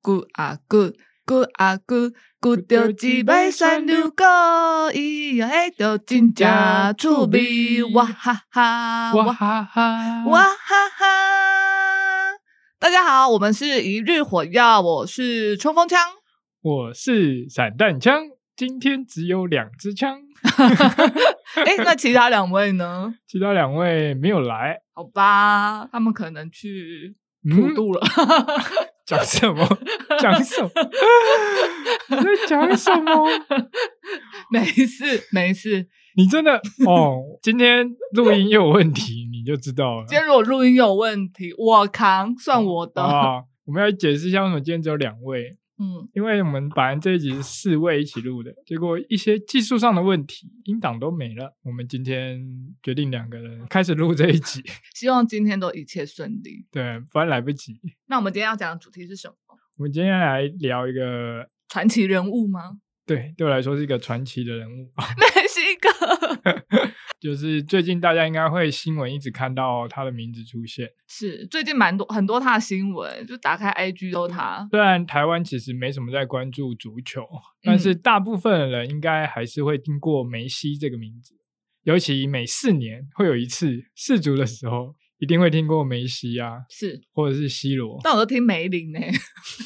久啊久。久啊久，久着一尾山牛哥，伊呀迄着真正趣味，哇哈哈，哇哇哈哈，哇哈哈！大家好，我们是一日火药，我是冲 锋枪。我是散弹枪，今天只有两支枪，哎、那其他两位呢？其他两位没有来。好吧，他们可能去普嗯，渡了。讲什么？讲什么？你在讲什么？ 没事，没事。你真的哦，今天录音又有问题，你就知道了。今天如果录音有问题，我扛，算我的。啊，我们要解释一下为什么今天只有两位，嗯，因为我们本来这一集是四位一起录的，结果一些技术上的问题，音档都没了。我们今天决定两个人开始录这一集， 希望今天都一切顺利。对，不然来不及。那我们今天要讲的主题是什么？我们今天来聊一个，传奇人物 吗？对，对我来说是一个传奇的人物，啊那是一个 就是最近大家应该会新闻一直看到他的名字出现。 是最近蛮多很多他的新闻，就打开 IG 都他。虽然台湾其实没什么在关注足球，但嗯是大部分的人应该还是会听过梅西这个名字，尤其每四年会有一次世足的时候，一定会听过梅西啊，是，或者是 C 罗、但我都听梅林呢、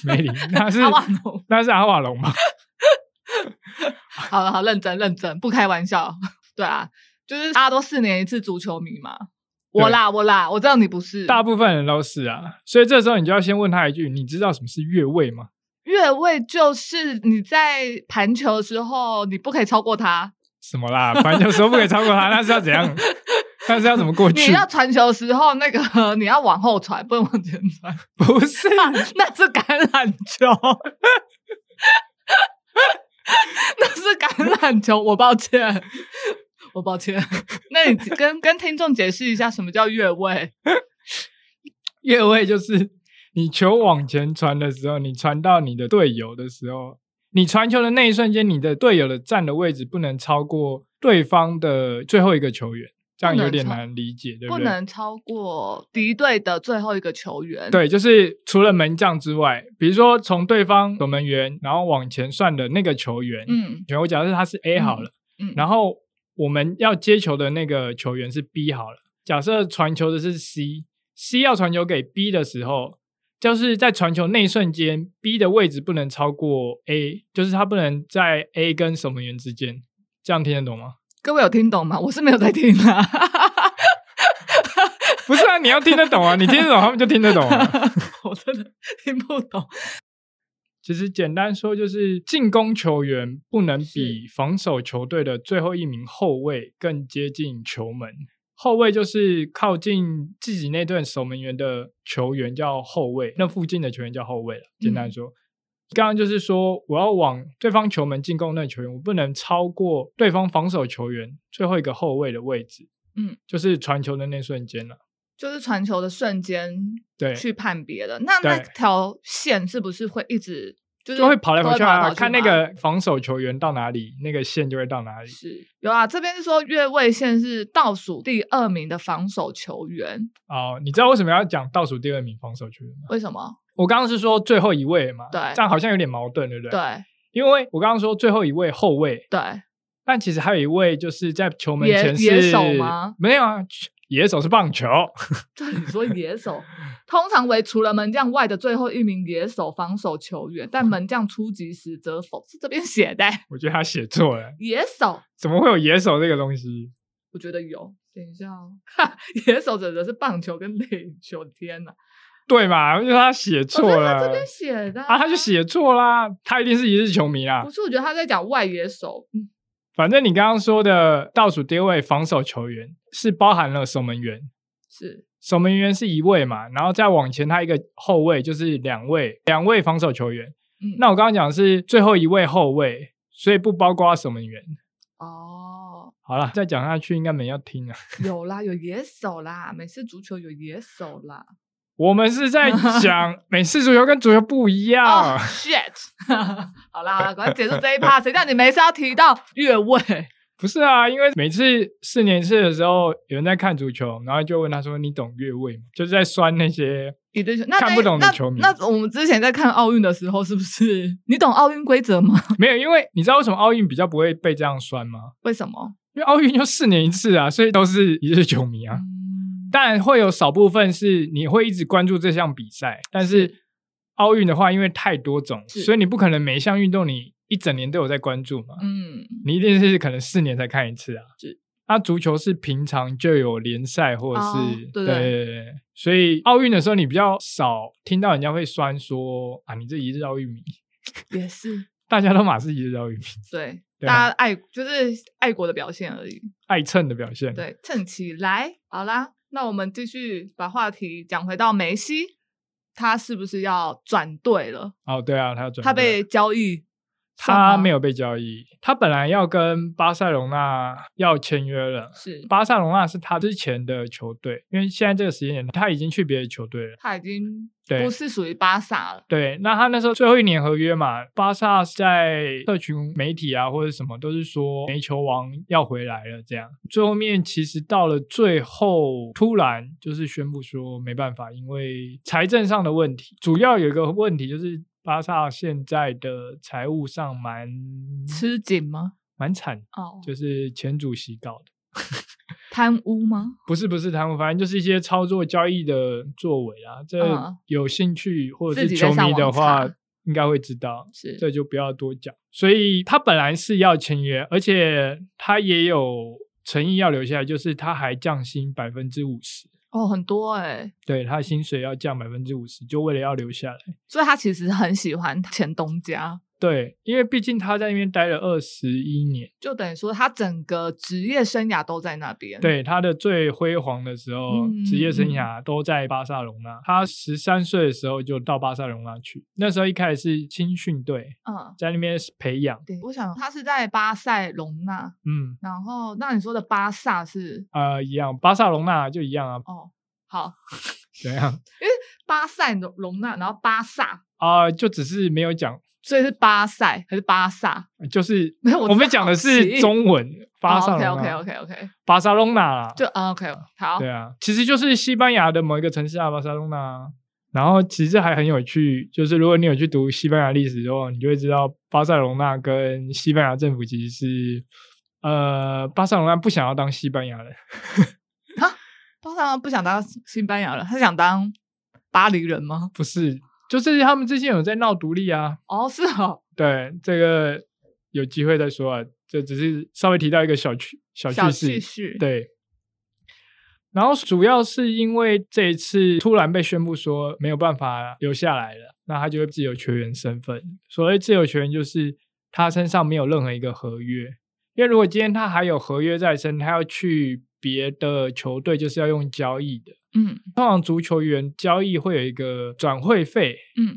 梅林，那是阿瓦隆。那是阿瓦隆吧？好了，好认真认真，不开玩笑。 对啊，就是大家都四年一次足球迷嘛。我对啦，我啦，我知道你不是大部分人都是啊，所以这时候你就要先问他一句：你知道什么是越位吗？越位，就是你在盘球的时候，你不可以超过他。什么啦？反正就说不可以超过他，那是要 怎样？那是要怎么过你去？要传球的时候，那个 你要往后传，不能往前传， 不是那是橄榄球， 那是橄榄球。我抱歉，我抱歉。那你跟跟听众解释一下什么叫越位？越位就是你球往前传的时候，你传到你的队友的时候，你传球的那一瞬间，你的队友的站的位置不能超过对方的最后一个球员，这样有点不能超难理解，对不对？能超过敌队的最后一个球员。，对，就是除了门将之外，比如说从对方呃守门员，然后往前算的那个球员，嗯比如我假设他是 A 好了，嗯，然后我们要接球的那个球员是 B 好了，假设传球的是 C，C 要传球给 B 的时候，就是在传球那一瞬间，B 的位置不能超过 A，就是他不能在 A 跟守门员之间，这样听得懂吗？各位有听懂吗？我是没有在听啊。 不是啊，你要听得懂啊，你听得懂他们就听得懂啊。我真的听不懂。其实简单说，就是进攻球员不能比防守球队的最后一名后卫更接近球门。后卫就是靠近自己那段守门员的球员叫后卫，那附近的球员叫后卫了。简嗯单说，刚刚就是说，我要往对方球门进攻那个球员，我不能超过对方防守球员最后一个后卫的位置。嗯，就是传球的那瞬间了。就是传球的瞬间对，去判别的，那那对条线是不是会一直就是就会跑来跑去都会啊，跑来跑去看那吗个防守球员到哪里，那个线就会到哪里。是有啊？这边是说越位线是倒数第二名的防守球员，哦，你知道为什么要讲倒数第二名防守球员吗？为什么？我刚刚是说最后一位嘛，对这样好像有点矛盾，对不对？，对因为我刚刚说最后一位后卫，对，但其实还有一位就是在球门野前是野手吗？没有啊，野手是棒球， 这里说野手通常为除了门将外的最后一名野手防守球员，但门将出击时则否是这边写的、我觉得他写错了，野手，怎么会有野手这个东西？我觉得有。等一下哦，哈，野手指的是棒球跟垒球，天哪！对嘛？因为他写我错觉得他了这边写的啊，他就写错啦，他一定是一日球迷啦不。是，我觉得他在讲外野手，嗯反正你刚刚说的倒数第二位防守球员是包含了守门员，是守门员是一位嘛，然后再往前他一个后卫就是两位，两位防守球员。嗯那我刚刚讲的是最后一位后卫，所以不包括守门员。哦，好了，再讲下去应该没人要听了。啊有啦，有野手啦，美式足球有野手啦。我们是在讲美式足球跟足球不一样，哦、shit！好啦好啦，赶快结束这一趴，谁叫你没事要提到越位？不是啊，因为每次四年次的时候，有人在看足球，然后就问他说：“你懂越位吗？”就是在酸那些你的球那看在不懂的那球迷那我们之前在看奥运的时候，是不是你懂奥运规则吗？ 没有，因为你知道为什么奥运比较不会被这样酸吗？为什么？因为奥运就四年一次啊，所以都是一日球迷啊。嗯当然会有少部分是你会一直关注这项比赛，但是奥运的话，因为太多种，是所以你不可能每一项运动你一整年都有在关注嘛。嗯，你一定是可能四年才看一次啊。是。那足球是平常就有联赛，或者是、哦对对对对所以奥运的时候你比较少听到人家会酸说啊，你这一日奥运迷，也是大家都马是一日奥运迷， 对，对大啊家爱就是爱国的表现而已。爱蹭的表现。，对，蹭起来，好啦，那我们继续把话题讲回到梅西，他是不是要转队了？哦，对啊，他要转他队被交易，他没有被交易，他本来要跟巴塞隆纳要签约了。是，巴塞隆纳是他之前的球队，因为现在这个时间点他已经去别的球队了。他已经对不是属于巴萨了。对，那他那时候最后一年合约嘛，巴萨在社群媒体啊或者什么都是说煤球王要回来了这样。最后面其实到了最后，突然就是宣布说没办法，因为财政上的问题，主要有一个问题就是巴萨现在的财务上蛮吃紧吗？蛮惨，哦，就是前主席搞的，贪污吗？不是不是贪污，反正就是一些操作交易的作为啊。这嗯有兴趣或者自是己在球上迷的网话查，应该会知道。是这就不要多讲。所以他本来是要签约，而且他也有诚意要留下来，就是他还降薪百分之五十，哦，很多哎、对他的薪水要降百分之五十，就为了要留下来。所以他其实很喜欢前东家，对，因为毕竟他在那边待了二十一年，就等于说他整个职业生涯都在那边。，对他的最辉煌的时候，嗯职业生涯都在巴塞隆纳。他十三岁的时候就到巴塞隆纳去，那时候一开始是青训队，嗯，在那边培养。对，我想他是在巴塞隆纳，嗯，然后那你说的巴萨是呃，一样，巴塞隆纳就一样啊，哦，好，怎样？巴塞隆隆纳，然后巴萨，啊、就只是没有讲，所以是巴塞还是巴萨？就是没有我我们知道讲的是中文，巴塞哦 OK 隆 OK 纳， OK OK，巴塞隆纳啦，就啊 OK 好，对啊，其实就是西班牙的某一个城市啊，巴塞隆纳。然后其实还很有趣，就是如果你有去读西班牙历史之后，你就会知道巴塞隆纳跟西班牙政府其实是，呃，巴塞隆纳不想要当西班牙人，巴萨不想当西班牙人，他想当巴黎人吗？不是，就是他们之前有在闹独立啊。哦，是哦，对，这个有机会再说啊，这只是稍微提到一个小趣小小趣事，叙事，对。然后主要是因为这一次突然被宣布说没有办法留下来了，那他就会自由球员身份。所谓自由球员，就是他身上没有任何一个合约，因为如果今天他还有合约在身，他要去别的球队，就是要用交易的。嗯通常足球员交易会有一个转会费，嗯，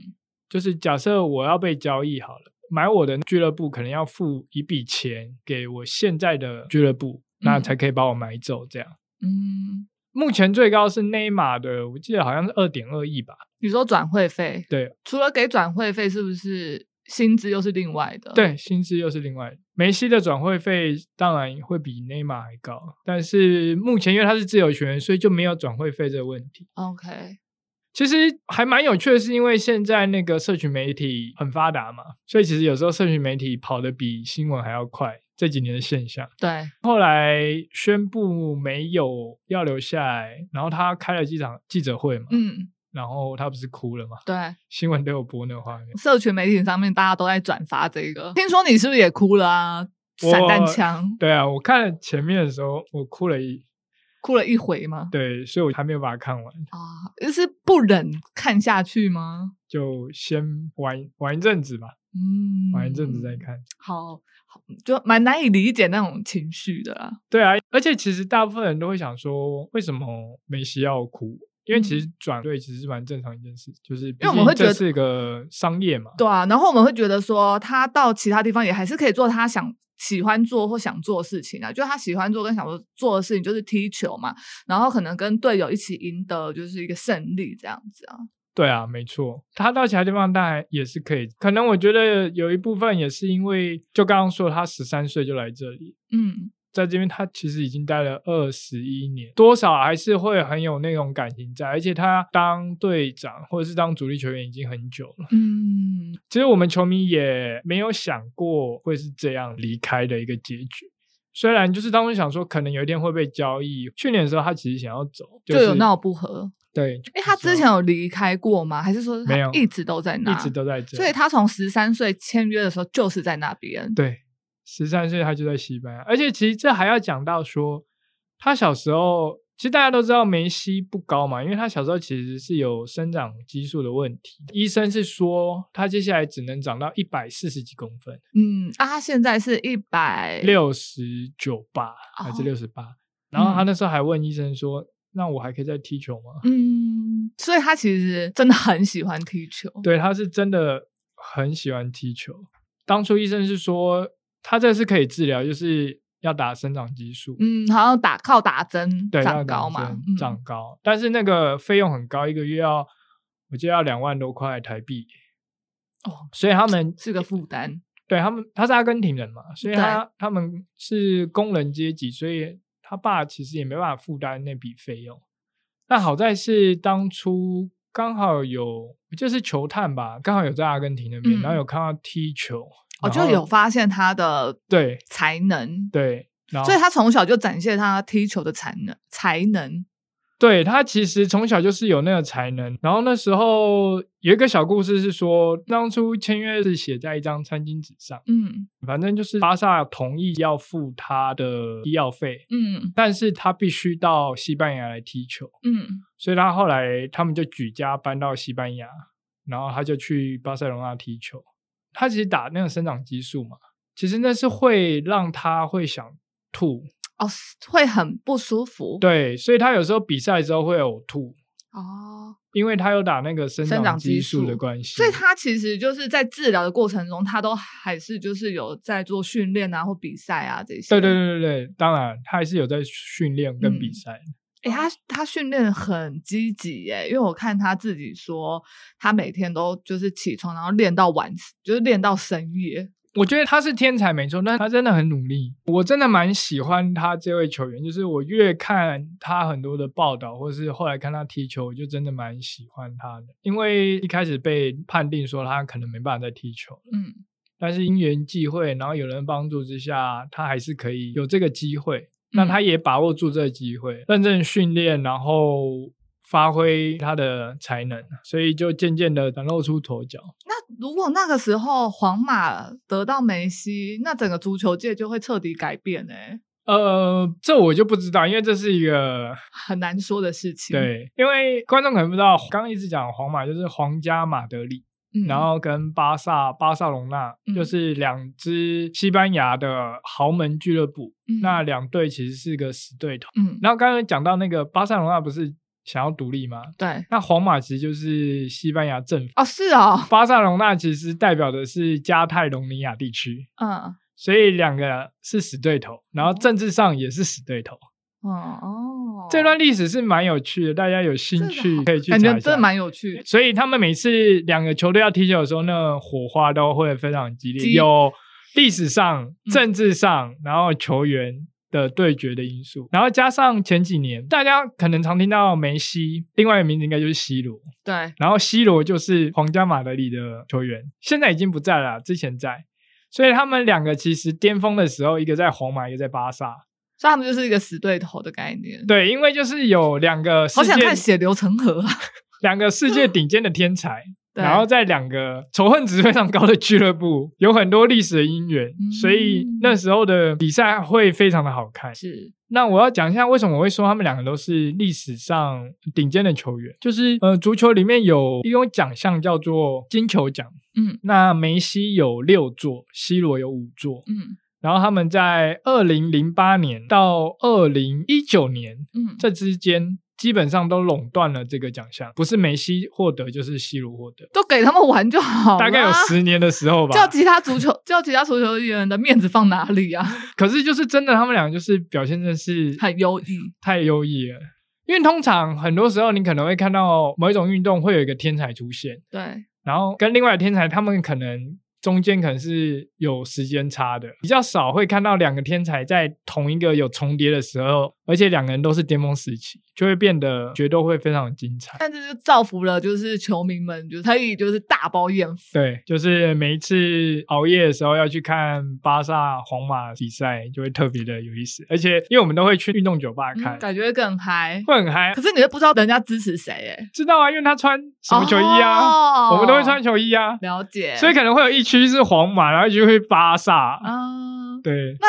就是假设我要被交易好了，买我的俱乐部可能要付一笔钱给我现在的俱乐部，那嗯才可以把我买走。这样，嗯，目前最高是内马尔的，我记得好像是二点二亿吧。你说转会费，对，除了给转会费，是不是薪资又是另外的？，对，薪资又是另外。梅西的转会费当然会比内马尔还高，但是目前因为他是自由球员，所以就没有转会费这个问题。 OK，其实还蛮有趣的，是因为现在那个社群媒体很发达嘛，所以其实有时候社群媒体跑得比新闻还要快，这几年的现象。对，后来宣布没有要留下来，然后他开了几场记者会嘛，嗯，然后他不是哭了嘛，对，新闻都有播那个画面。社群媒体上面大家都在转发这个，听说你是不是也哭了啊？散弹我枪对啊，我看了前面的时候，我哭了一哭了一回吗？对，所以我还没有把它看完，啊，就是不忍看下去吗？就先玩玩一阵子吧，嗯，玩一阵子再看。好，好，就蛮难以理解那种情绪的啦。对啊，而且其实大部分人都会想说，为什么梅西要哭？因为其实转队其实是蛮正常一件事，就是嗯因为我们会觉得这是个商业嘛，对啊，然后我们会觉得说，他到其他地方也还是可以做他想喜欢做或想做的事情啊。就他喜欢做跟想做做的事情就是踢球嘛，然后可能跟队友一起赢得就是一个胜利这样子啊。对啊，没错，他到其他地方当然也是可以，可能我觉得有一部分也是因为，就刚刚说他十三岁就来这里，嗯，在这边他其实已经待了二十一年，多少还是会很有那种感情在，而且他当队长或者是当主力球员已经很久了。嗯，其实我们球迷也没有想过会是这样离开的一个结局。虽然就是当时想说，可能有一天会被交易。去年的时候，他其实想要走，、就是有闹不和。对，哎，他之前有离开过吗？还是说他没有一直都在那？一直都在啊这，所以他从十三岁签约的时候就是在那边。对，十三岁他就在西班牙，而且其实这还要讲到说，他小时候其实大家都知道梅西不高嘛，因为他小时候其实是有生长激素的问题，医生是说他接下来只能长到一百四十几公分，嗯，啊，他现在是一百，啊六十九八还是六十八，然后他那时候还问医生说。那我还可以再踢球吗？嗯，所以他其实真的很喜欢踢球。对，他是真的很喜欢踢球。当初医生是说他这是可以治疗，就是要打生长激素，嗯，好像打靠打针对，长要打高嘛针，嗯长高。但是那个费用很高，一个月要我记得要两万多块台币。哦，所以他们是个负担。对他们，他是阿根廷人嘛，所以他他们是工人阶级，所以他爸其实也没办法负担那笔费用。那好在是当初刚好有，就是球探吧，刚好有在阿根廷那边，嗯然后有看到踢球，哦，就然后有发现他的对才能，对，然后所以他从小就展现他踢球的才能，才能。对他其实从小就是有那个才能。然后那时候有一个小故事是说，当初签约是写在一张餐巾纸上，嗯反正就是巴萨同意要付他的医药费，嗯但是他必须到西班牙来踢球，嗯所以他后来他们就举家搬到西班牙，然后他就去巴塞罗那踢球。他其实打那个生长激素嘛，其实那是会让他会想吐，哦，是会很不舒服。对，所以他有时候比赛之后会呕吐，哦，因为他有打那个生生长长激激素素的关系，所以他其实就是在治疗的过程中，他都还是就是有在做训练啊或比赛啊这些。对对对对对，当然他还是有在训练跟嗯比赛。诶，他他训练得很积极耶，因为我看他自己说，他每天都就是起床，然后练到晚，就是练到深夜。我觉得他是天才没错，但他真的很努力。我真的蛮喜欢他这位球员，就是我越看他很多的报道，或是后来看他踢球，我就真的蛮喜欢他的。因为一开始被判定说他可能没办法再踢球了，嗯但是因缘际会，然后有人帮助之下，他还是可以有这个机会。嗯那他也把握住这个机会，认真训练，然后发挥他的才能，啊所以就渐渐的展露出头角。那如果那个时候皇马得到梅西，那整个足球界就会彻底改变哎，呃，这我就不知道，因为这是一个很难说的事情。，对，因为观众可能不知道，刚刚一直讲皇马就是皇家马德里，嗯、然后跟巴萨、巴塞隆纳、嗯就是两支西班牙的豪门俱乐部，嗯那两队其实是个死对头。嗯，然后刚刚讲到那个巴塞隆纳不是想要独立吗？对，那皇马其实就是西班牙政府，哦是哦，巴塞隆纳其实代表的是加泰隆尼亚地区，嗯所以两个是死对头，然后政治上也是死对头。嗯哦，这段历史是蛮有趣的，大家有兴真的趣好可以去查感一觉下。真的蛮有趣的。所以他们每次两个球队要踢球的时候，那火花都会非常激激嗯烈，有历史上、政治上，然后球员的对决的因素，然后加上前几年大家可能常听到梅西，另外一个名字应该就是 C 罗，对，然后 C 罗就是皇家马德里的球员，现在已经不在了，啊之前在。所以他们两个其实巅峰的时候，一个在皇马，一个在巴萨。所以他们就是一个死对头的概念。，对，因为就是有两个世好想界看血流成河啊！两个世界顶尖的天才，对然后在两个仇恨值非常高的俱乐部有很多历史的因缘，嗯所以那时候的比赛会非常的好看。是那我要讲一下为什么我会说他们两个都是历史上顶尖的球员，就是呃，足球里面有一种奖项叫做金球奖，嗯那梅西有六座，C 罗有五座。嗯然后他们在二零零八年到二零一九年嗯，这之间基本上都垄断了这个奖项，不是梅西获得就是 C 罗获得，都给他们玩就好啦大概有十年的时候吧。叫其他足球 叫其他足球员的面子放哪里啊？ 可是就是真的，他们俩就是表现真是很优异，太优异了。因为通常很多时候你可能会看到某一种运动会有一个天才出现，对，然后跟另外的天才他们可能中间可能是有时间差的，比较少会看到两个天才在同一个有重叠的时候，而且两个人都是巅峰时期，就会变得决斗会非常精彩。但这就造福了，就是球迷们，就是可以就是大饱眼福。对，就是每一次熬夜的时候要去看巴萨、皇马比赛，就会特别的有意思。而且，因为我们都会去运动酒吧看，嗯感觉会更嗨。会很嗨可。是你会不知道人家支持谁哎、知道啊，因为他穿什么球衣啊，哦我们都会穿球衣啊，了解。所以可能会有一区是皇马，然后一区会巴萨。啊、对，那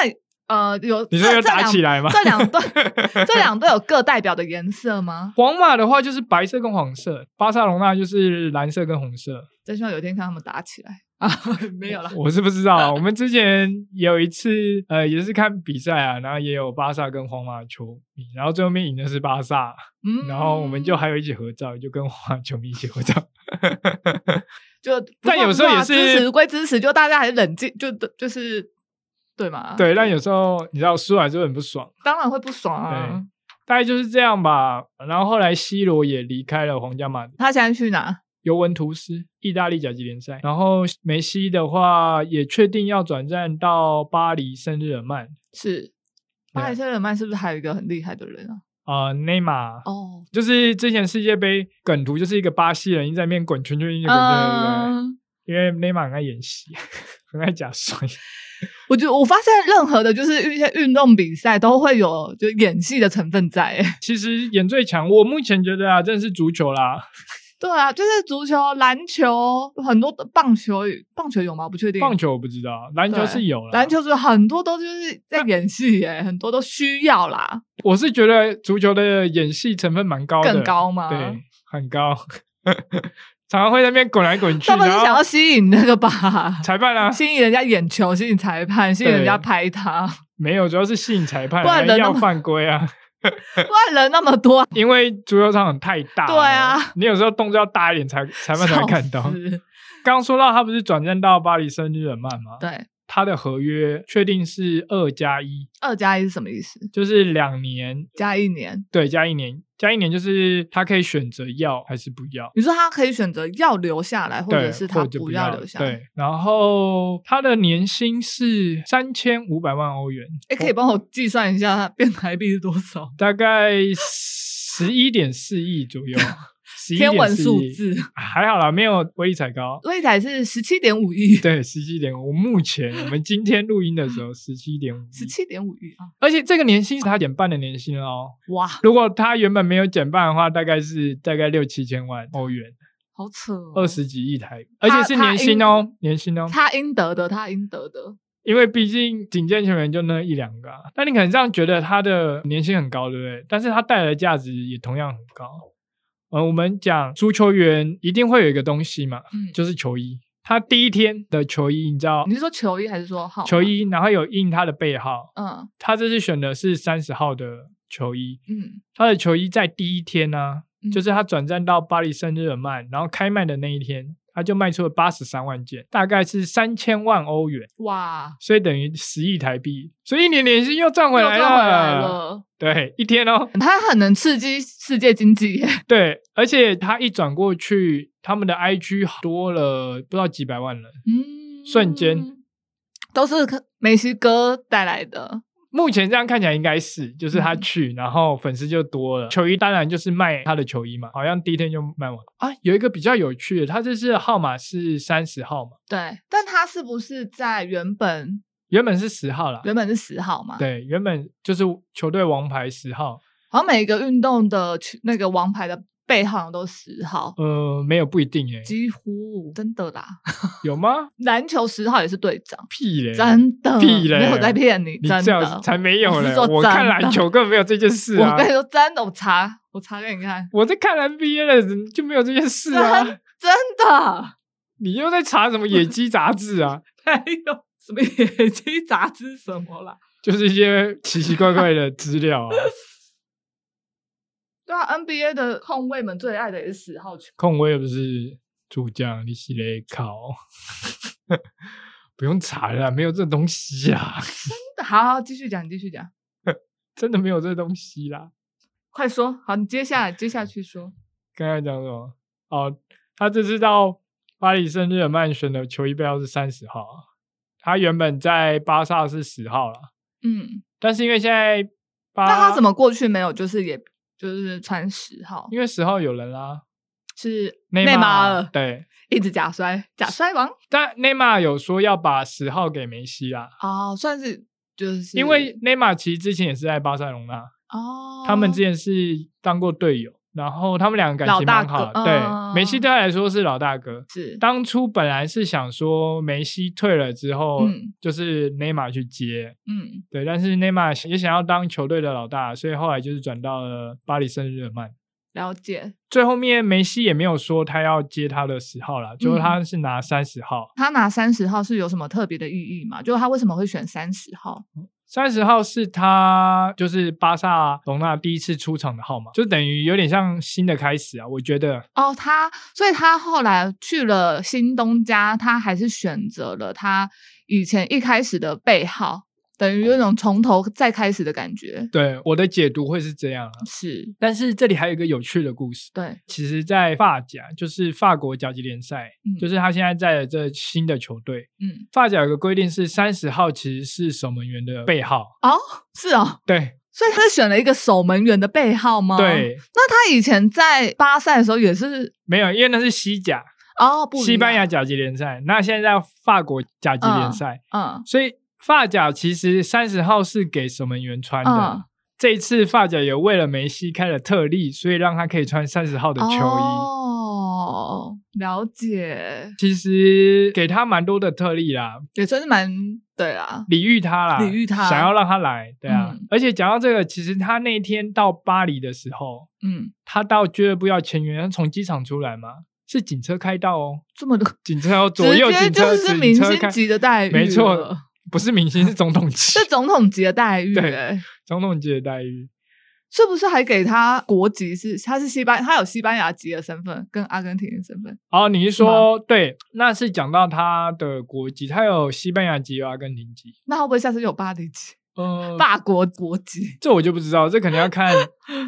呃有你说这有打起来吗？这两 这两队这两队有各代表的颜色吗？皇马的话就是白色跟黄色，巴塞隆纳就是蓝色跟红色。真希望有一天看他们打起来啊！ 没有啦，我是不知道啊。我们之前有一次，呃，也是看比赛啊，然后也有巴萨跟皇马球迷，然后最后面赢的是巴萨，嗯，然后我们就还有一起合照，就跟皇马球迷一起合照。 就不但过有时候不过啊也是支持归支持，就大家还是冷静，就就是对嘛？，对，但有时候你知道输还是会很不爽，当然会不爽啊。大概就是这样吧。然后后来 C 罗也离开了皇家马德。他现在去哪？尤文图斯，意大利甲级联赛。然后梅西的话，也确定要转战到巴黎圣日耳曼。是巴黎圣日耳曼是不是还有一个很厉害的人啊？啊，内马尔哦，就是之前世界杯梗图，就是一个巴西人一直在面滚圈圈，一直滚圈圈，对不对嗯因为内马尔很爱演戏， 很爱假摔。我觉得我发现任何的，就是一些运动比赛都会有就演戏的成分在。 欸其实演最强，我目前觉得啊，真的是足球啦，对啊，就是足球、篮球，很多棒球，棒球有吗？不确定。棒球我不知道，篮球对是有啦。篮球是很多都就是在演戏耶、很多都需要啦，我是觉得足球的演戏成分蛮高的，更高啊吗？对，很高，常常会在那边滚来滚去，他们是然后想要吸引那个吧，裁判啊，吸引人家眼球，吸引裁判， 吸引人家拍他。没有，主要是吸引裁判不然来人那要么犯规啊，不然人那么多，因为足球场太大了，对啊你有时候动作要大一点才裁判才会看到笑。死刚刚说到他不是转战到巴黎圣日耳曼吗？对，他的合约确定是二加一，二加一是什么意思？就是两年，加一年。对，加一年，加一年就是他可以选择要还是不要。你说他可以选择要留下来，或对，者是他或者不要留下来。对，然后他的年薪是三千五百万欧元，哎，可以帮我计算一下它变台币是多 少？大概十一点四亿左 右，11.4亿天文数字，还好啦，没有威力彩高。所以才是十七点五亿，对，十七点五。目前我们今天录音的时候，十七点五。十七点五亿啊！而且这个年薪是他减半的年薪哦。哇，如果他原本没有减半的话，大概是大概六七千万欧元，好扯、哦，二。十几亿台，而且是年薪哦，年薪哦。他应得的，他应得的，因为毕竟顶尖球员就那一两个、啊，那你可能这样觉得他的年薪很高，对不对？但是他带来的价值也同样很高。呃，我们讲足球员一定会有一个东西嘛，嗯，就是球衣。他第一天的球衣，你知道你，是说球衣还是说号码球？衣，然后有印他的背号。嗯他这次选的是三十号的球衣，嗯，他的球衣在第一天呢、嗯就是他转战到巴黎圣日耳曼，然后开卖的那一天，他就卖出了八十三万件，大概是三千万欧元，哇，所以等于十亿台币，所以一年年薪又赚回来啊又了。赚回来了，对，一天哦，他很能刺激世界经济耶，对，而且他一转过去，他们的 IG 多了不知道几百万人。嗯，瞬间都是可梅西哥带来的，目前这样看起来应该是，就是他嗯去，然后粉丝就多了。球衣当然就是卖他的球衣嘛，好像第一天就卖完啊。有一个比较有趣的，他这次的号码是三十号嘛，对，但他是不是在原本原本是十号啦，原本是十号嘛？，啊对，原本就是球队王牌十号，好像每一个运动的球那个王牌的背号好像都是十号，呃，没有不一定诶、几乎真的啦。 有吗？篮球十号也是队长，屁嘞，真的，屁嘞没有在骗你，你真最的好才没有我嘞是！说我真看的篮球根本没有这件事啊我跟，你说真的，我查我查给你看，我在看 NBA 了就没有这件事啊真。 真的。你又在查什么野鸡杂志啊？ 还有什么 野鸡杂志什么啦？就是一些奇奇怪怪的资 料啊。对啊，NBA 的控卫们最爱的也是十号球。控卫又不是主将，你是嘞靠， 不用查了啦，没有这东西啊，好好，继续讲，继续讲，真的没有这东西啦。快说。好，你接下来接下去说。刚才讲什么？哦，他这次到巴黎圣日耳曼选的球衣背号是三十号啊，他原本在巴萨是十号了，嗯，但是因为现在巴，那他怎么过去没有？就是也就是穿十号，因为十号有人啦，是内内马尔对，一直假摔，假摔王但内马尔有说要把十号给梅西啦，哦，算是就是因为内马尔其实之前也是在巴塞隆纳，哦，他们之前是当过队友，然后他们两个感情老大蛮好的，哥对，嗯梅西对他来说是老大哥。是当初本来是想说梅西退了之后，嗯就是内马尔去接，嗯对，但是内马尔也想要当球队的老大，所以后来就是转到了巴黎圣日耳曼。了解，最后面梅西也没有说他要接他的十号啦，就是他是拿三十号，他拿三十号是有什么特别的意义吗？就是他为什么会选三十号？三十号是他就是巴萨隆纳第一次出场的号码，就等于有点像新的开始啊，我觉得。哦，他所以他后来去了新东家，他还是选择了他以前一开始的背号，等于有一种从头再开始的感觉。对我的解读会是这样啊，是，但是这里还有一个有趣的故事，对，其实，在法甲就是法国甲级联赛，嗯就是他现在在的这新的球队，嗯，发甲有个规定是三十号其实是守门员的背号，哦，是哦，对所以他是选了一个守门员的背号吗？，对，那他以前在巴塞的时候也是没有，因为那是西甲，哦，不一样西班牙，甲级联赛，那现在在法国甲级联赛，嗯，所以发甲其实三十号是给守门员穿的。嗯这一次发甲也为了梅西开了特例，所以让他可以穿三十号的球衣。哦，了解，其实给他蛮多的特例啦，也算是蛮对啦，礼遇他啦，礼遇他想要让他来，对啊。嗯而且讲到这个，其实他那天到巴黎的时候，嗯，他到俱乐部要签约，他从机场出来嘛，是警车开道哦，这么多。警车哦，直左右接警就车，是警明车星开，级的待遇，没错，，不是明星，是 总统级是，总统级的待遇、对欸，总统级的待遇。是不是还给他国籍是？他是西班，他有西班牙籍的身份跟阿根廷的身份，哦，你是说对？那是讲到他的国籍，他有西班牙籍，有阿根廷籍，那会不会下次有巴黎籍、呃，法国国籍？这我就不知道，这肯定要 看，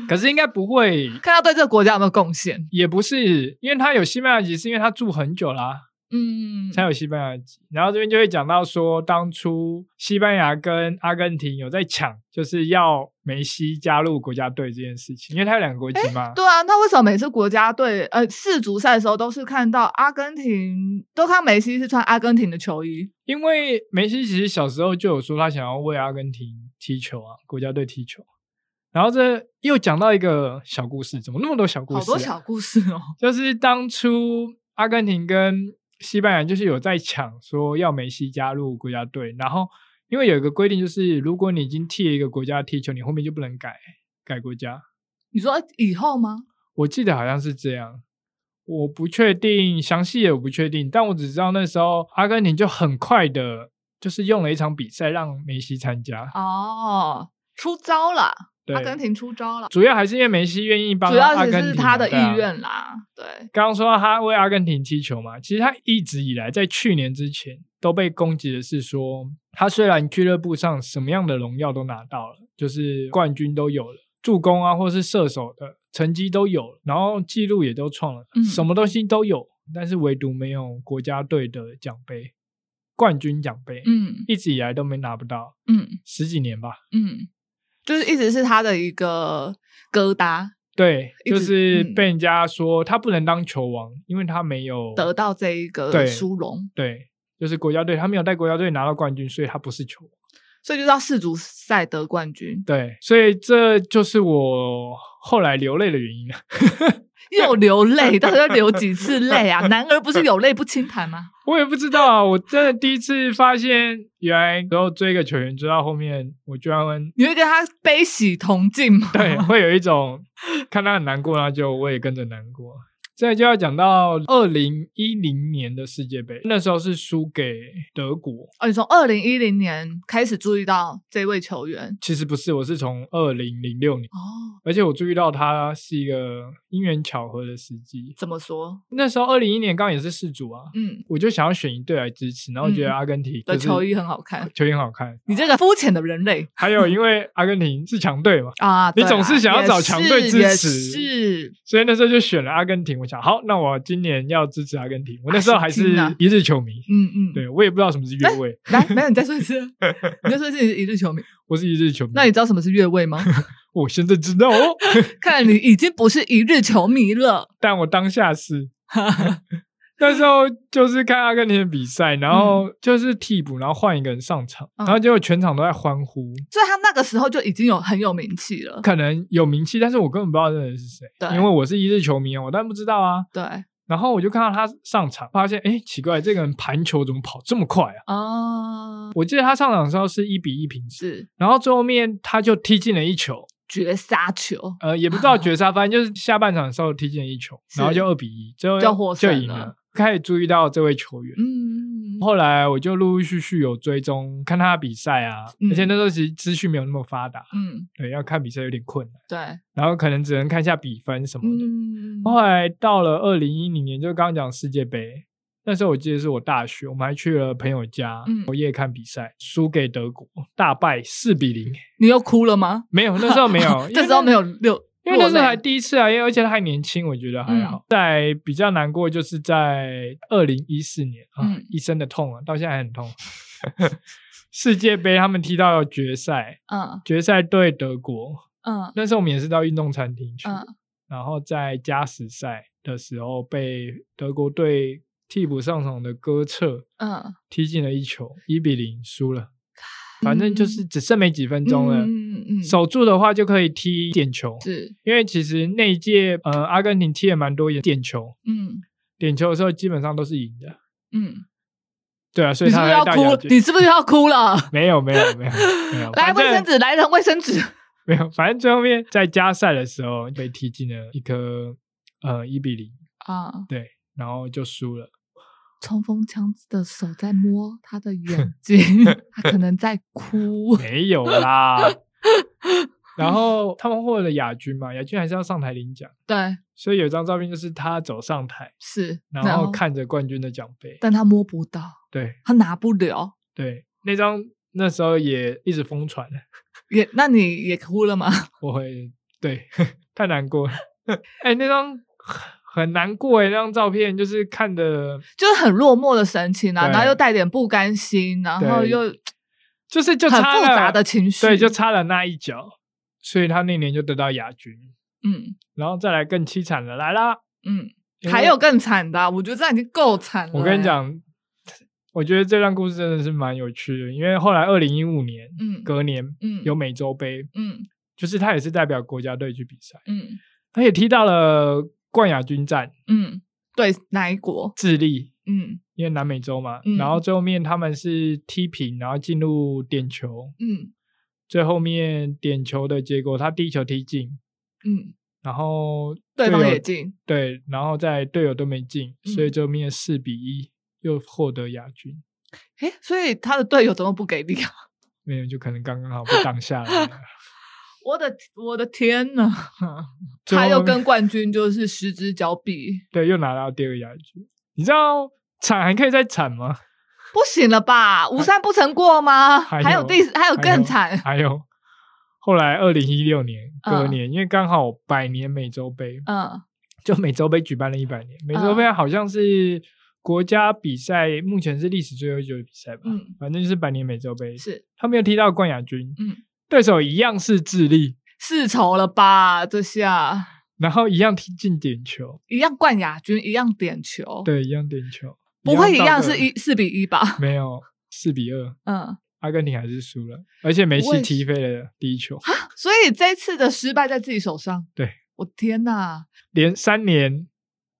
可是应该不会。看他对这个国家有没有贡献？也不是，因为他有西班牙籍，是因为他住很久啦、嗯，才有西班牙籍。然后这边就会讲到说，当初西班牙跟阿根廷有在抢，就是要梅西加入国家队这件事情，因为他有两个国籍嘛。对啊，那为什么每次国家队呃世足赛的时候都是看到阿根廷，都看梅西是穿阿根廷的球衣？因为梅西其实小时候就有说他想要为阿根廷踢球啊，国家队踢球。然后这又讲到一个小故事，怎么那么多小故事、啊？好多小故事哦。 就是当初阿根廷跟西班牙就是有在抢，说要梅西加入国家队，然后因为有一个规定，就是如果你已经替了一个国家踢球，你后面就不能改改国家。你说以后吗？我记得好像是这样，我不确定详细也我不确定，但我只知道那时候阿根廷就很快的，就是用了一场比赛让梅西参加。哦，出招了，对阿，根廷出招了。主要还是因为梅西愿意帮主要阿也根廷是嘛，他的对啊意愿啦。对，刚刚说到他为阿根廷踢球嘛，其实他一直以来在去年之前都被攻击的是说，他虽然俱乐部上什么样的荣耀都拿到了，就是冠军都有了，助攻啊或是射手的成绩都有了，然后记录也都创了，嗯什么东西都有，但是唯独没有国家队的奖杯、冠军奖杯，嗯一直以来都没拿不到，嗯十几年吧。嗯，就是一直是他的一个疙瘩，对，一直就是嗯被人家说他不能当球王，因为他没有得到这一对个殊荣，对，就是国家队，他没有带国家队拿到冠军，所以他不是球王。所以就到世足赛得冠军， 对，所以这就是我后来流泪的原因了。啊又流泪，到底要流几次泪 啊？男儿不是有泪不轻弹吗？ 我也不知道啊，我真的第一次发现，原来然后追一个球员追到后面，我居然会你会跟他悲喜同进吗？对， 会有一种看他很难过，然后就我也跟着难过。现在就要讲到二零一零年的世界杯，那时候是输给德国。 哦，你从二零一零年开始注意到这位球员其实不是，我是从二零零六年，哦，而且我注意到他是一个因缘巧合的时机，怎么说？那时候二零一年刚好也是世足啊，嗯，我就想要选一队来支持，然后觉得嗯阿根廷、的球衣很好看，球衣很好看。你这个肤浅的人类还有因为阿根廷是强队嘛，啊！你对总啦是想要也找强队是支也持是所以那时候就选了阿根廷。我想，好，那我今年要支持阿根廷。我那时候还是阿根廷啊一日球迷，嗯嗯，对我也不知道什么是越位，来，没有你再说一 次，你再说一次，你是一日球迷。我是一日球迷。那你知道什么是越 位吗？我现在知 道哦，看来你已经不是一日球迷了。但我当下是 那时候就是看阿根廷的比赛，然后就是替补，然后换一个人上场，嗯然后结果全场都在欢呼，所以他那个时候就已经有很有名气了。可能有名气，但是我根本不知道这个人是谁，对因为我是一日球迷啊，我当然不知道啊。对，然后我就看到他上场，发现哎，奇怪，这个人盘球怎么跑这么快啊？哦，我记得他上场的时候是一比一平手，是然后最后面他就踢进了一球，绝杀球，呃，也不知道绝杀，反正就是下半场的时候踢进了一球，是然后就二比一，最后就获胜赢了了。开始注意到这位球员，嗯，后来我就陆陆续续有追踪看他的比赛啊，嗯而且那时候其实资讯没有那么发达，嗯，对，要看比赛有点困难，对，然后可能只能看一下比分什么的。嗯，后来到了二零一零年，就刚刚讲世界杯，那时候我记得是我大学，我们还去了朋友家，嗯我夜看比赛，输给德国，大败四 比零。你又哭了吗？没有，那时候 没有，因为这时候没有六，因为那时落候泪嗯还第一次啊，因为而且他还年轻，我觉得还好。在比较难过，就是在二零一四年啊，嗯一生的痛啊，到现在还很痛。 世界杯他们踢到决赛，嗯决赛对德国，嗯那时候我们也是到运动餐厅去，嗯然后在加时赛的时候被德国队替补上场的戈彻嗯，踢进了一球，一比零输了。反正就是只剩没几分钟了，嗯嗯嗯，守住的话就可以踢点球。是，因为其实那一届呃，阿根廷踢了蛮多也点球，嗯点球的时候基本上都是赢的。嗯，对啊，所你以是不他是来要大亚哭？军你是不是要哭 了？没有没有没有没有， 来反卫生正纸，来人卫生 纸，没有，反正最后面在加赛的时候被踢进了一颗呃一比零，啊！对，然后就输了。冲锋枪的手在摸他的眼 睛，他可能在哭。没有啦。 然后他们获得了亚军嘛，亚军还是要上台领奖，对，所以有一张照片就是他走上台，是，然后，看着冠军的奖杯。但他摸不到，对他拿不了。对，那张那时候也一直疯传。也，那你也哭了吗？ 我会对 太难过了。 哎、那张很难过哎，那张照片就是看的，就是很落寞的神情啊，对然后又带点不甘心，然后对又就是就很差复了杂的情绪。对，就差了那一脚，所以他那年就得到亚军。嗯然后再来更凄惨的来啦，嗯，因为还有更惨的啊、我觉得这样已经够惨了。欸我跟你，讲，我觉得这段故事真的是蛮有趣的，因为后来二零一五年嗯隔年嗯有美洲杯，嗯就是他也是代表国家队去比赛，嗯他也踢到了冠亚军战，嗯，对，哪一国？智利嗯因为南美洲嘛，嗯然后最后面他们是踢平，然后进入点球，嗯最后面点球的结果，他第一球踢进，嗯，然后对方友也进。对，然后在队友都没进，嗯所以最后面四比一又获得亚军，诶，所以他的队友怎么不给力啊？没有就可能刚刚好被挡下来了，我的我的天呐！ 最他后又面跟冠军就是失之交臂， 对又拿到第二个亚军，你知道铲还可以再铲吗？不行了吧？无三不成过吗？还还有有第还有哦更 惨，还有后来二零一六年隔嗯年，因为刚好百年美洲杯，嗯就美洲杯举办了一百年，美洲杯好像是国家比赛，目前是历史最悠久的比赛吧，嗯反正就是百年美洲杯，是他们又踢到冠亚军，嗯对手一样是智利，世仇了吧？这下。然后一样踢进点球，一样冠亚军，一样点球，，对，一样点球，哦不会一到样个是一四比一吧？没有四比二， 嗯，阿根廷还是输了，而且梅不会啊西踢飞了第一球，所以这次的失败在自己手上。对，我天哪！连三年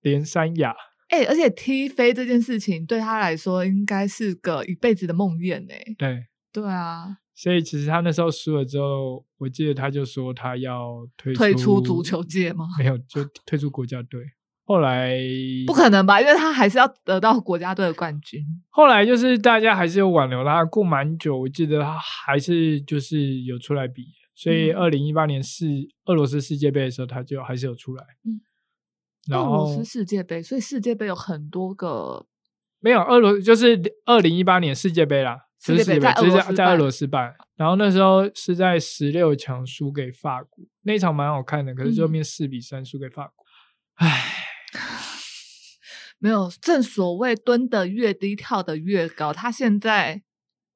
连三亚，哎、而且踢飞这件事情对他来说应该是个一辈子的梦魇哎。对。对啊，所以其实他那时候输了之后，我记得他就说他要退退出足球界吗？没有，就退出国家队。后来 不可能吧？因为他还是要得到国家队的冠军。后来就是大家还是有挽留他，过蛮久，我记得他还是就是有出来比，所以嗯二零一八年世俄罗斯世界杯的时候，他就还是有出来。嗯然俄罗后斯世界杯，所以世界杯有很多个没有俄罗，就是二零一八年世界杯啦，世不是界杯在只俄是罗斯在在俄办罗斯办。然后那时候是在十六强输嗯给法国，那一场蛮好看的，可是最后面四比三输给法国，唉。没有，正所谓蹲得越低，跳得越高。他现在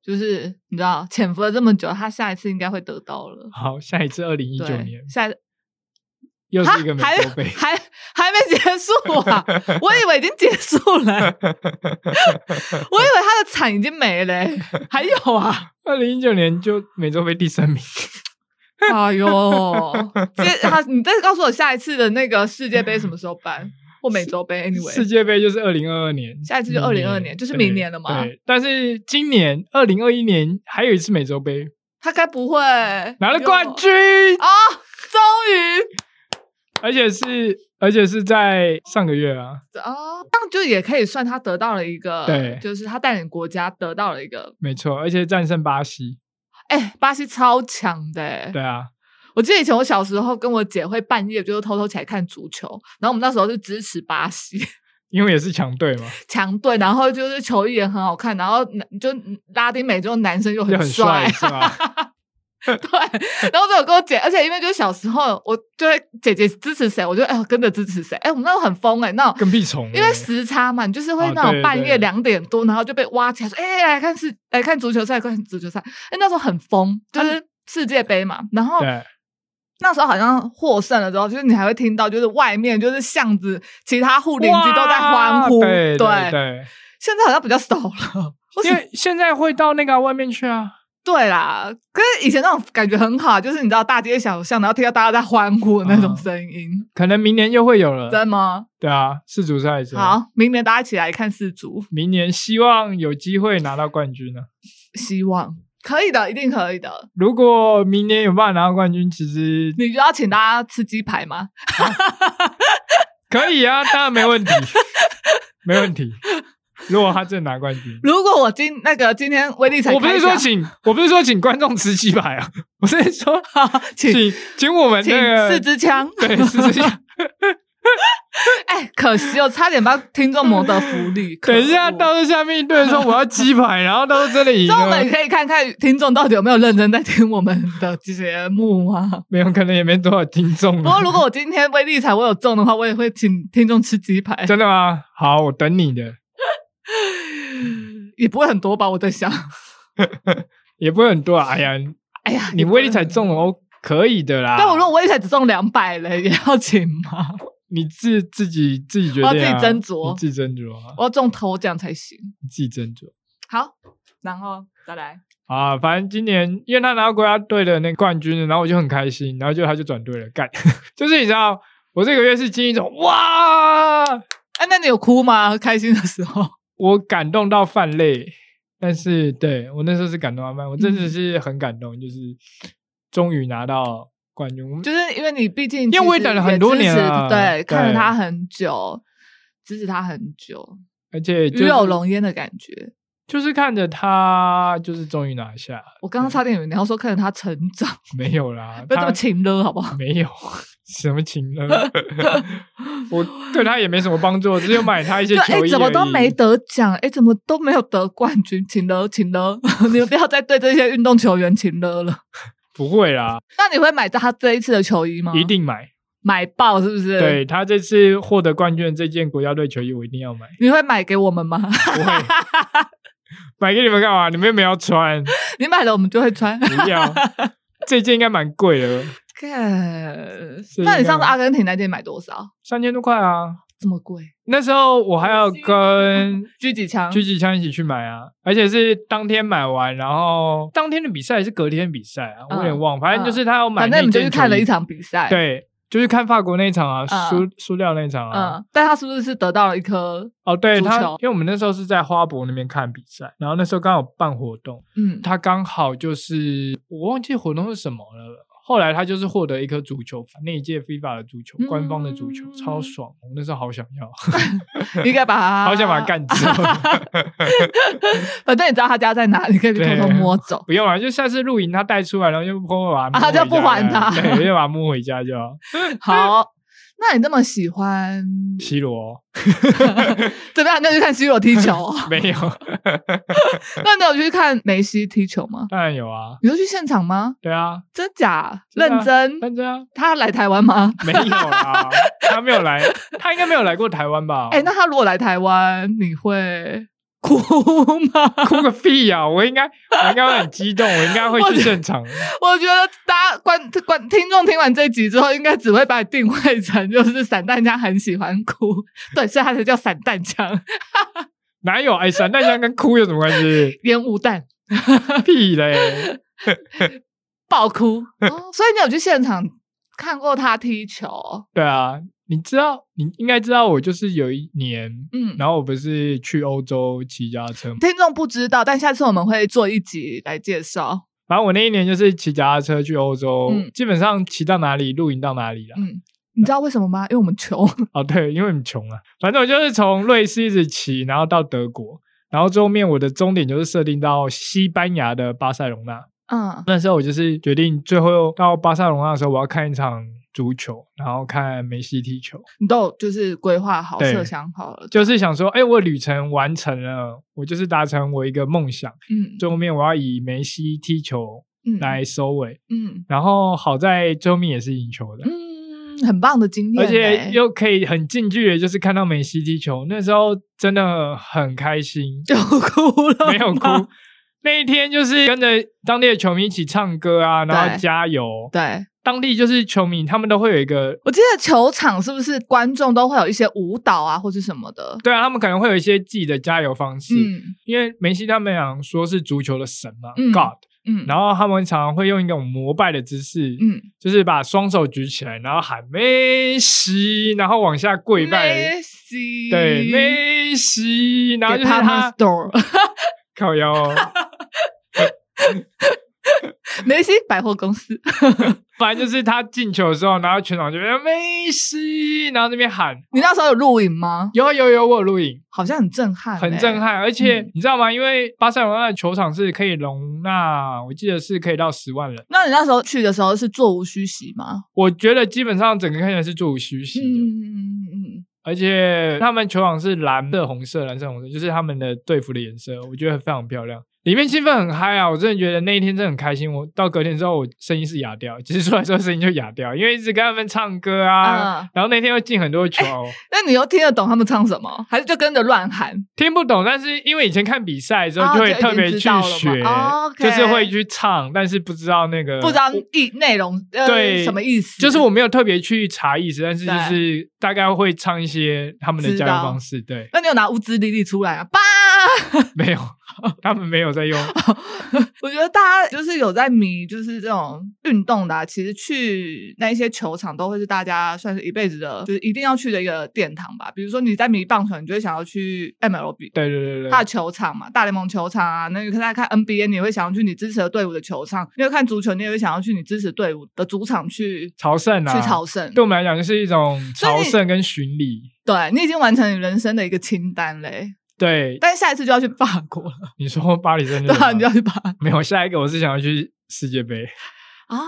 就是你知道，潜伏了这么久，他下一次应该会得到了。好，下一次二零一九对年下一又啊是一个美还国杯，还还没结束啊！我以为已经结束了、 我以为他的产已经没了、欸还有啊，二零一九年就美洲杯第三名。 哎 呦，接他，你再告诉我下一次的那个世界杯什么时候 办，或美洲杯世？Anyway，界杯就是二零二二年，下一次就明2022年就是明年了嘛对，对但是今年二零二一年还有一次美洲杯他该不会拿了冠哟军，啊、终于而且是而且是在上个月啊，啊，这样就也可以算他得到了一个，对就是他带领国家得到了一个，没错，而且战胜巴西，哎、巴西超强的、哎对啊，我记得以前我小时候跟我姐会半夜就是偷偷起来看足球，然后我们那时候就支持巴西因为也是强队嘛，强队，然后就是球衣也很好看，然后男就拉丁美洲男生又就很帅 帅，是吧？对， 然后就有跟我姐，而且因为就是小时候我就会姐姐支持谁，我就哎呦跟着支持谁，哎我们那时候很疯哎、那种跟 屁虫欸，因为时差嘛，你就是会哦那种对半夜对两点多，然后就被挖起来说：“哎、来看世，来看足球赛，看足球赛。”哎，那时候很疯，就是世界杯嘛。然后啊对那时候好像获胜了之后，就是你还会听到，就是外面就是巷子，其他户邻居都在欢呼。哇对对对，现在好像比较少了。为什因么？为现在会到那个外面去啊，对啦，可是以前那种感觉很好，就是你知道大街小巷，然后听到大家在欢呼的那种嗯声音，可能明年又会有 了，真吗？对啊，世足赛的时候，好，明年大家一起来看四足，明年希望有机会拿到冠军呢、啊希望可以的，一定可以的。如果明年有办法拿到冠军，其实你就要请大家吃鸡排吗？可以啊，当然 没问题，没问题。如果他真的拿冠军，如果我今那个今天威力才我不是开说奖请，我不是说请观众吃鸡排啊，我是说 请请请我们请那个四支枪，对四支枪。 哎、可惜我差点把听众谋得福利。可恶 等一下，到时候下面一堆人说我要鸡排，然后到时候真 的赢所以我们了，可以看看听众到底有没有认真在听我们的节目啊。 没有可能也没多少听众啊。不过如果我今天威力彩我有中的话，我也会请听众吃鸡排， 真的吗？好，我等你的，也不会很多吧？我在想，也不会很多啊。哎呀，哎呀，你也不会威力才很多中。哦，可以的啦。但我如果威力彩只中两百了， 也要请吗？你自自己自己决定、我啊，要自己斟酌你自己斟酌啊，我要中头奖才行。你自己斟酌好，然后再来。啊。反正今年因为他拿到国家队的那个冠军了，然后我就很开心，然后就他就转队了，干， 就是你知道，我这个月是经一种哇，哎、那你有哭吗？开心的时候？ 我感动到泛泪。但是嗯对我那时候是感动到泛，泪，我真的是很感动，就是终于拿到冠军。我们就是因为你毕竟，因为我也等了很多年了对，对看了他很久，支持他很久，而且与就是有荣焉的感觉。就是看着他，就是终于拿下，我刚刚差点以为你要说看着他成长，没有啦，不要这他么勤了，好不好？没有什么情呢， 我对他也没什么帮助，只有买他一些就哎、球衣而已。怎么都没得奖，哎、怎么都没有得冠军，勤了，勤了， 你们不要再对这些运动球员勤了了。不会啦，那你会买他这一次的球衣吗？一定买。买爆，是不是？，对他这次获得冠军的这件国家队球衣，我一定要买。你会买给我们吗？ 不会买给你们干嘛？你们又没有要穿，你买了我们就会穿。不要。这件应该蛮贵的，看，是那你应该上次吗阿根廷那件买多少？三千多块啊。这么贵？那时候我还要跟狙击枪？狙击枪一起去买啊，而且是当天买完，然后当天的比赛还是隔天的比赛啊，我有点忘，反正就是他要嗯买反那正件球衣。你们就去看了一场比赛，，对，就是看法国那一场啊，输嗯输掉那一场啊。嗯，但他是不是是得到了一颗，哦，对足他球，因为我们那时候是在花博那边看比赛，然后那时候刚好办活动， 嗯，他刚好就是我忘记活动是什么了。后来他就是获得一颗足球那一届 FIFA 的足球，官方的足球、嗯超爽，我那时候好想要，应该把他，好想把它。干 掉。 反正你知道他家在哪，你可以去偷偷对摸走。不用了，啊就下次露营他带出来，然后就不把它摸啊就回家 不还他对，就把它摸回家就好。好，那你那么喜欢 C 罗怎么样？那就看 C 罗踢球 哦、没有，那你有去看梅西踢球吗？当然有啊，你有去现场吗？对啊，真假？真的认啊真？但这样他来台湾吗？没有啦，他没有来，他应该没有来过台湾吧？哎、那他如果来台湾，你会哭吗？ 哭个屁呀、我应该，我应该会很激动，我应该会去现场。我觉得大家观观听众听完这集之后，应该只会把你定位成就是散弹枪很喜欢哭，对，所以它才叫散弹枪 哪有？哎，散弹枪跟哭有什么关系？烟雾弹屁嘞！爆哭、哦。所以你有去现场看过他踢球？对啊，你知道，你应该知道，我就是有一年，嗯，然后我不是去欧洲骑脚踏车吗，听众不知道，但下次我们会做一集来介绍。反正我那一年就是骑脚踏车去欧洲，嗯基本上骑到哪里露营到哪里啦。嗯，你知道为什么吗？因为我们穷。哦，对，因为很穷啊，反正我就是从瑞士一直骑，然后到德国，然后最后面我的终点就是设定到西班牙的巴塞隆纳。 嗯那时候我就是决定最后到巴塞隆纳的时候，我要看一场足球，然后看梅西踢球，你嗯都有就是规划好、对设想好了。就是想说，哎，我旅程完成了，我就是达成我一个梦想。嗯最后面我要以梅西踢球嗯来收尾，嗯然后好在最后面也是赢球的。嗯，很棒的经验、而欸 且又可以很近距离，的就是看到梅西踢球，那时候真的很开心，就哭了，没有哭。那一天就是跟着当地的球迷一起唱歌啊，然后对加油。 对。当地就是球迷，他们都会有一个，我记得球场是不是观众都会有一些舞蹈啊，或是什么的？对啊，他们可能会有一些自己的加油方式，嗯因为梅西他们讲说是足球的神嘛、嗯 g o d 嗯然后他们常常会用一种膜拜的姿势，嗯，就是把双手举起来，然后喊梅西，然后往下跪拜，梅西对，梅西，然后给就是他们他 store，靠腰哦， 梅西百货公司，反正就是他进球的时候，然后全场就边梅西，然后那边喊，你那时候有录影吗？有啊有有，我有录影。好像很震撼、很震。撼，而且嗯你知道吗？因为巴塞罗那的球场是可以容纳，我记得是可以到十万人。那你那时候去的时候是座无虚席吗？我觉得基本上整个看起来是座无虚席的，嗯嗯而且他们球场是蓝色、红色、蓝色、红色，就是他们的队服的颜色，我觉得非常漂亮。里面气氛很嗨啊！我真的觉得那一天真的很开心。我到隔天之后，我声音是哑掉，其实出来之后声音就哑掉，因为一直跟他们唱歌啊，嗯然后那天又进很多球，那你又听得懂他们唱什么，还是就跟着乱喊？听不懂，但是因为以前看比赛之后哦会就已经特别去知道了嘛学，哦，OK 就是会去唱，但是不知道那个不知道意内容，呃对什么意思？就是我没有特别去查意思，但是就对是大概会唱一些他们的知加道油方式。对，那你有拿乌兹里里出来啊？爸，没有， 他们没有在用。我觉得大家就是有在迷，就是这种运动的、啊，其实去那一些球场都会是大家算是一辈子的，就是一定要去的一个殿堂吧。比如说你在迷棒球，你就会想要去 MLB。对对对大对，球场嘛，大联盟球场啊，那你看大家看 NBA，你会想要去你支持的队伍的球场；，因为看足球，你也会想要去你支持队伍的主场去、朝圣啊，去朝圣。对我们来讲就是一种所以朝你圣跟巡礼。对你已经完成你人生的一个清单嘞、对，但下一次就要去法国了，你说巴黎圣 日对耳啊，曼你就要去法国没有下一个，我是想要去世界杯哦，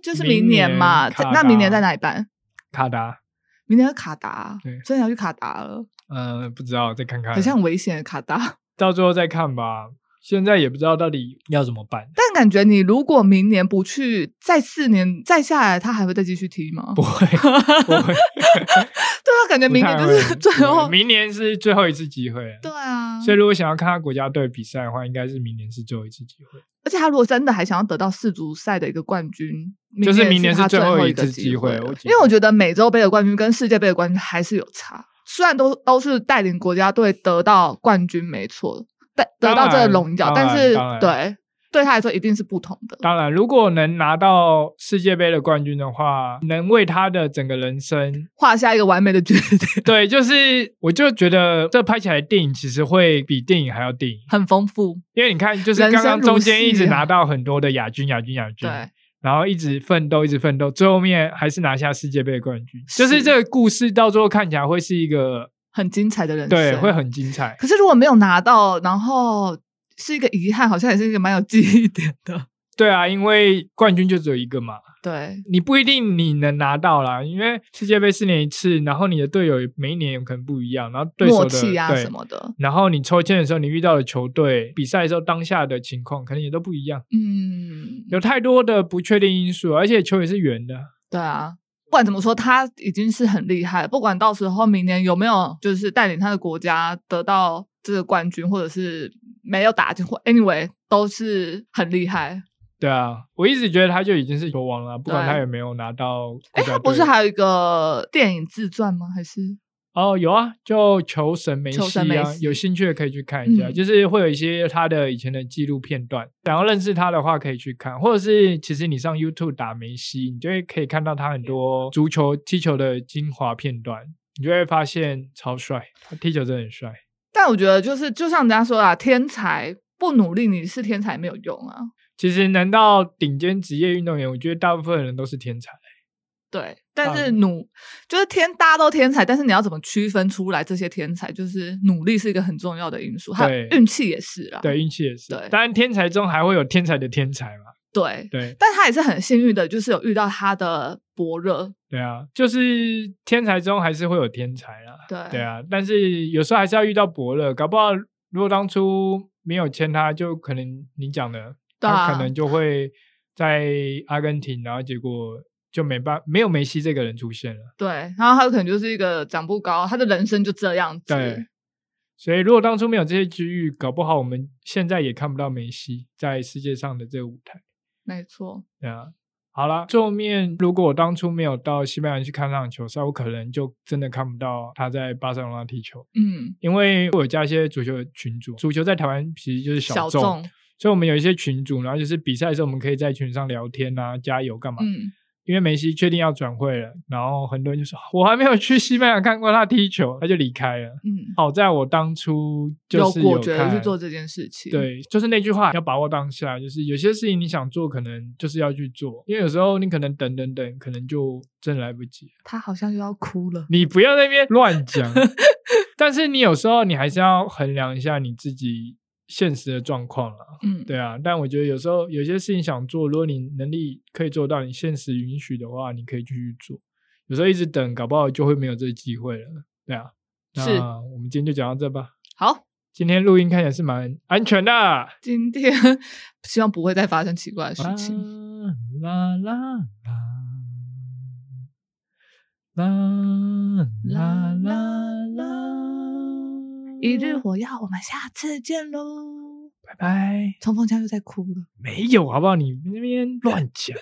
就是明明年年嘛。卡在那明年达在哪里办？卡达。明天是卡达对，真的要去卡达了，嗯，不知道，再看看，很像危险的卡 达。到最后再看吧。现在也不知道到底要怎么 办，但感觉你如果明年不去，再四年再下来，他还会再继续踢吗？不会，不会， 对啊，感觉明年就不太是会 最不会后。明年是最后一次机会了。对啊，所以如果想要看他国家队比赛的话，应该是明年是最后一次机会，而且他如果真的还想要得到世足赛的一个冠军，就是明明年是是他最后后一个次机机会了我觉因得为我觉得美洲杯的冠军跟世界杯的冠军还是有差，虽然都都是带领国家队得到冠军，没错，得得到这个龙角，当然但是当然对对他来说一定是不同的。当然，如果能拿到世界杯的冠军的话，能为他的整个人生，画下一个完美的句点， 对，就是我就觉得这拍起来的电影其实会比电影还要电影，很丰富。因为你看，就是人刚生刚中间一直如戏啊拿到很多的亚军、亚军、亚军，对，然后一直奋斗，一直奋斗，最后面还是拿下世界杯的冠军，就是是这个故事到最后看起来会是一个很精彩的人生，对，会。很精彩。可是如果没有拿到，然后是一个遗憾，好像也是一个蛮有记忆点的。对啊，因为冠军就只有一个嘛，对，你不一定你能拿到啦，因为世界杯四年一次，然后你的队友也每一年有可能不一样，然后对手默的契啊对什么的，然后你抽签的时候，你遇到的球队比赛的时候当下的情况，可能也都不一样，嗯，有太多的不确定因素，而且球也是圆的。对啊。不管怎么说，他已经是很厉害了。不管到时候明年有没有就是带领他的国家得到这个冠军，或者是没有打进，或 anyway 都是很厉害。对啊，我一直觉得他就已经是球王了，不管对他有没有拿到国哎，家他不队是还有一个电影自传吗？还是哦，有啊，就球神梅球西神梅啊，西有兴趣的可以去看一下，嗯就是会有一些他的以前的纪录片段，想要认识他的话可以去看，或者是其实你上 YouTube 打梅西，你就会可以看到他很多足球踢球的精华片段，你就会发现超帅，他踢球真的很帅。但我觉得就是就像人家说啊，天才不努力你是天才没有用啊。其实能到顶尖职业运动员，我觉得大部分人都是天才。对，但是嗯努、就是天，大家都天才，但是你要怎么区分出来这些天才？就是努力是一个很重要的因素，还有对运气也是啦。对，运气也是。嗯对当然天才中还会有天才的天才嘛。对，对，但他也是很幸运的，就是有遇到他的伯乐。对啊，就是天才中还是会有天才啦。对对啊，但是有时候还是要遇到伯乐，搞不好如果当初没有签他，就可能你讲的，对啊他可能就会在阿根廷，然后结果就没办没有梅西这个人出现了。对，然后他可能就是一个长不高，他的人生就这样子。对，所以如果当初没有这些机遇，搞不好我们现在也看不到梅西在世界上的这个舞台。没错。对啊，好啦，后面如果我当初没有到西班牙去看那场球赛，我可能就真的看不到他在巴塞罗那踢球，嗯，因为我有加一些足球的群组，足球在台湾其实就是小众，众，所以我们有一些群组，然后就是比赛的时候我们可以在群上聊天啊，加油干嘛？嗯，因为梅西确定要转会了，然后很多人就说我还没有去西班牙看过他踢球，他就离开了。嗯，好在我当初就是果决地看去做这件事情。，对，就是那句话，要把握当下。就是有些事情你想做，可能就是要去做，因为有时候你可能等等等，可能就真的来不及了。他好像又要哭 了。你不要在那边乱 讲，但是你有时候你还是要衡量一下你自己现实的状况啦。嗯，对啊，但我觉得有时候有些事情想做，如果你能力可以做到，你现实允许的话，你可以继续做。有时候一直等，搞不好就会没有这个机会了。对啊，是那我们今天就讲到这吧。好，今天录音看起来是蛮安全的。今天 希望不会再发生奇怪的事情。啊啦啦啦啦啦啦啦！一日火药，我们下次见喽。拜拜。冲锋枪又在哭了。没有，好不好？你那边乱讲。